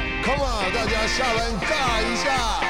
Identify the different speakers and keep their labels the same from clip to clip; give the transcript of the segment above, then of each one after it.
Speaker 1: 找大家下班尬一下。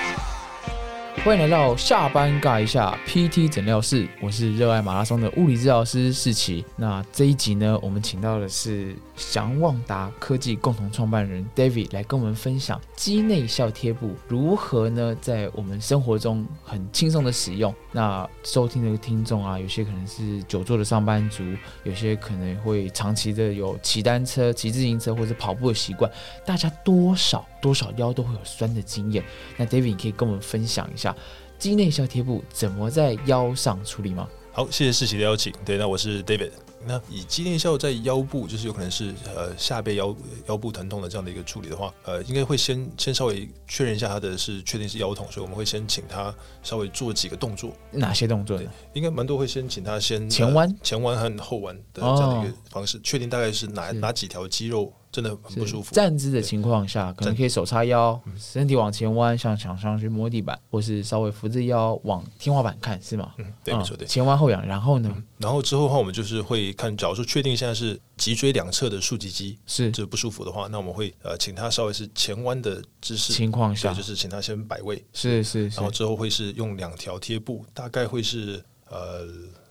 Speaker 2: 欢迎来到下班尬一下 PT 诊疗室，我是热爱马拉松的物理治疗师世奇。那这一集呢，我们请到的是祥旺达科技共同创办人 David 来跟我们分享肌内效贴布如何呢，在我们生活中很轻松的使用。那收听的听众啊，有些可能是久坐的上班族，有些可能会长期的有骑单车、骑自行车或者跑步的习惯，大家多少多少腰都会有酸的经验。那 David，你可以跟我们分享一下肌内效贴布怎么在腰上处理吗？
Speaker 3: 好，谢谢世奇的邀请。对，那我是 David。那以肌内效在腰部，就是有可能是呃下背腰腰部疼痛的这样的一个处理的话，呃，应该会先先稍微确认一下他的是确定是腰痛，所以我们会先请他稍微做几个动作，
Speaker 2: 哪些动作呢？
Speaker 3: 应该蛮多会先请他先
Speaker 2: 前弯
Speaker 3: 呃前弯和后弯的这样的一
Speaker 2: 哦
Speaker 3: 个方式，确定大概是哪
Speaker 2: 是
Speaker 3: 哪几条肌肉真的很不舒服。嗯
Speaker 2: 站姿的情况下，可能可以手叉腰，身体往前弯，向墙上去摸地板，或是稍微扶着腰往天花板看，是吗？
Speaker 3: 嗯，对，没错，对。嗯
Speaker 2: 前弯后仰，然后呢、
Speaker 3: 然后之后的话，我们就是会看，假如说确定现在是脊椎两侧的竖脊肌
Speaker 2: 是
Speaker 3: 这不舒服的话，那我们会呃请他稍微是前弯的姿势
Speaker 2: 情况下
Speaker 3: 对，就是请他先摆位，
Speaker 2: 是是是
Speaker 3: 然后之后会是用两条贴布，大概会是呃，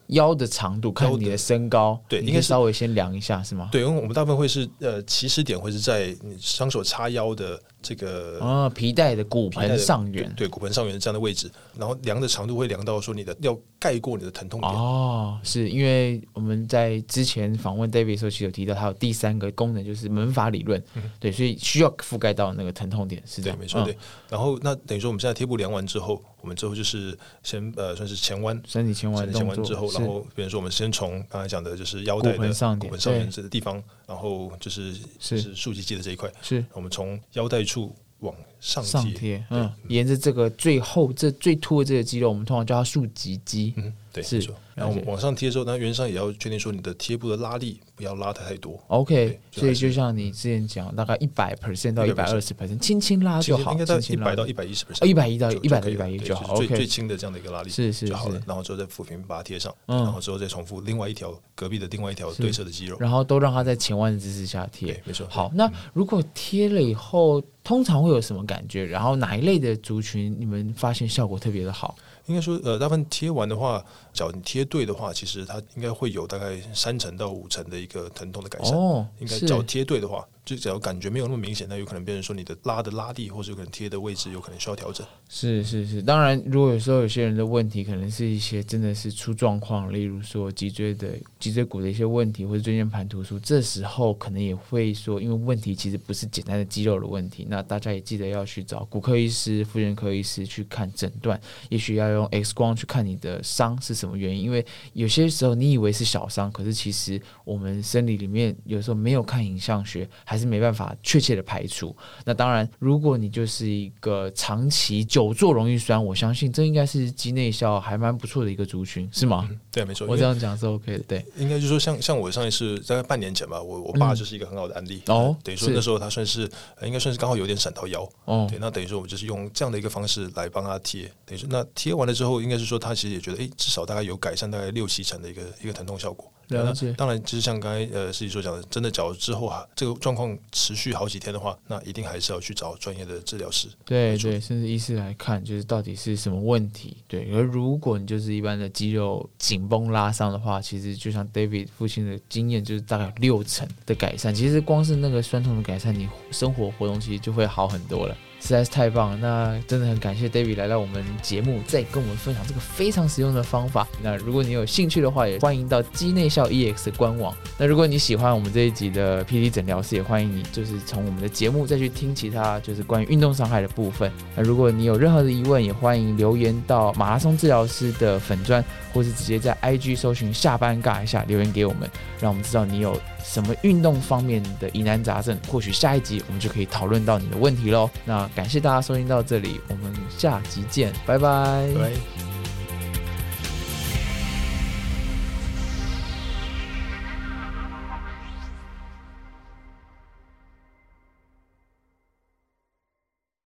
Speaker 2: 腰的长度，看你的身高，
Speaker 3: 对
Speaker 2: 你
Speaker 3: 应
Speaker 2: 可以
Speaker 3: 该是
Speaker 2: 稍微先量一下，是吗？
Speaker 3: 对，因为我们大部分会是呃起始点会是在你双手叉腰的这个
Speaker 2: 啊，皮带的骨
Speaker 3: 皮带
Speaker 2: 盆
Speaker 3: 的
Speaker 2: 上缘，
Speaker 3: 对骨盆上缘这样的位置，然后量的长度会量到说你的要盖过你的疼痛点，
Speaker 2: 哦，是因为我们在之前访问 David 的时候，其实有提到它有第三个功能，就是门阀理论，对，所以需要覆盖到那个疼痛点，是
Speaker 3: 嗯
Speaker 2: 这
Speaker 3: 对，
Speaker 2: 样，
Speaker 3: 没错，
Speaker 2: 嗯
Speaker 3: 对。然后那等于说我们现在贴布量完之后，我们之后就是先呃算是前弯。
Speaker 2: 身体前弯
Speaker 3: 前
Speaker 2: 的
Speaker 3: 前
Speaker 2: 动
Speaker 3: 弯
Speaker 2: 作
Speaker 3: 之后，
Speaker 2: 是
Speaker 3: 然后比如说我们先从刚才讲的就是腰带
Speaker 2: 骨盆
Speaker 3: 的
Speaker 2: 上
Speaker 3: 骨
Speaker 2: 点
Speaker 3: 盆上缘
Speaker 2: 对
Speaker 3: 这个地方，然后就是
Speaker 2: 是
Speaker 3: 就是竖脊肌的这一块，
Speaker 2: 是
Speaker 3: 我们从腰带处往上
Speaker 2: 上
Speaker 3: 贴，
Speaker 2: 贴，嗯，沿着这个最后这最凸的这个肌肉，我们通常叫它竖脊肌，
Speaker 3: 嗯，对，
Speaker 2: 是
Speaker 3: 没错。然后
Speaker 2: 了解
Speaker 3: 往往上贴之后，那原上也要确定说你的贴布的拉力不要拉得太多，
Speaker 2: OK，
Speaker 3: 对就
Speaker 2: 所以
Speaker 3: 还是
Speaker 2: 就像你之前讲，大概一百 percent 到一百二十
Speaker 3: 120%
Speaker 2: percent，轻轻拉就
Speaker 3: 其实
Speaker 2: 好，
Speaker 3: 应该
Speaker 2: 轻
Speaker 3: 在
Speaker 2: 轻
Speaker 3: 一
Speaker 2: 拉
Speaker 3: 百到
Speaker 2: 就
Speaker 3: 一百一十
Speaker 2: 哦110到100到
Speaker 3: 可以了对
Speaker 2: 110就
Speaker 3: 就
Speaker 2: 好
Speaker 3: 是最
Speaker 2: OK
Speaker 3: 最轻的这样的一个拉力
Speaker 2: 是是
Speaker 3: 就好了
Speaker 2: 是。
Speaker 3: 然后之后再抚平把它贴上，
Speaker 2: 嗯
Speaker 3: 然后之后再重复另外一条隔壁的另外一条对侧的肌肉。
Speaker 2: 然后都让它在前弯的姿势下贴
Speaker 3: 对，没错
Speaker 2: 好，那如果贴了以后，通常会有什么感觉？然后哪一类的族群你们发现效果特别的好？
Speaker 3: 应该说，呃，大部分贴完的话，只要你贴对的话，其实它应该会有大概三成到五成的一个疼痛的改善。
Speaker 2: 哦，
Speaker 3: 应该
Speaker 2: 是
Speaker 3: 只要贴对的话，就只要感觉没有那么明显，那有可能变成说你的拉的拉力，或者有可能贴的位置有可能需要调整。
Speaker 2: 是是是。当然，如果有时候有些人的问题，可能是一些真的是出状况，例如说脊椎的脊椎骨的一些问题，或者椎间盘突出，这时候可能也会说，因为问题其实不是简单的肌肉的问题，那大家也记得要去找骨科医师、妇产科医师去看诊断，也许要用 X 光去看你的伤是什么原因，因为有些时候你以为是小伤，可是其实我们生理里面有时候没有看影像学，还是没办法确切的排除。那当然，如果你就是一个长期久坐容易酸，我相信这应该是肌内效还蛮不错的一个族群，是吗？
Speaker 3: 对，没错。
Speaker 2: 我
Speaker 3: 因为
Speaker 2: 这样讲是 OK 的，对，
Speaker 3: 应该就是说像，像我上一次大概半年前吧，我我爸就是一个很好的案例。
Speaker 2: 哦
Speaker 3: 等于说
Speaker 2: 嗯是
Speaker 3: 那时候他算是呃应该算是刚好有点闪到腰。
Speaker 2: 哦
Speaker 3: 对，，那等于说我们就是用这样的一个方式来帮他贴，等于说那贴完了之后，应该是说他其实也觉得，诶，至少大概有改善大概六七成的一个一个疼痛效果。对
Speaker 2: 了
Speaker 3: 那
Speaker 2: 解
Speaker 3: 当然，就是像刚才呃师姐所讲的，真的假如之后啊，这个状况持续好几天的话，那一定还是要去找专业的治疗师。
Speaker 2: 对
Speaker 3: 没错
Speaker 2: 对，甚至医师来看，就是到底是什么问题。对，而如果你就是一般的肌肉紧绷拉伤的话，其实就像 David 父亲的经验，就是大概有六成的改善。其实光是那个酸痛的改善，你生活活动其实就会好很多了。实在是太棒了，那真的很感谢 David 来到我们节目，再跟我们分享这个非常实用的方法。那如果你有兴趣的话，也欢迎到机内效 EX 的官网。那如果你喜欢我们这一集的 PD 诊疗室，也欢迎你就是从我们的节目再去听其他就是关于运动伤害的部分。那如果你有任何的疑问，也欢迎留言到马拉松治疗师的粉砖，或是直接在 IG 搜寻下班尬一下留言给我们，让我们知道你有什么运动方面的疑难杂症，或许下一集我们就可以讨论到你的问题喽。那感谢大家收听到这里，我们下集见，拜拜
Speaker 3: 拜拜。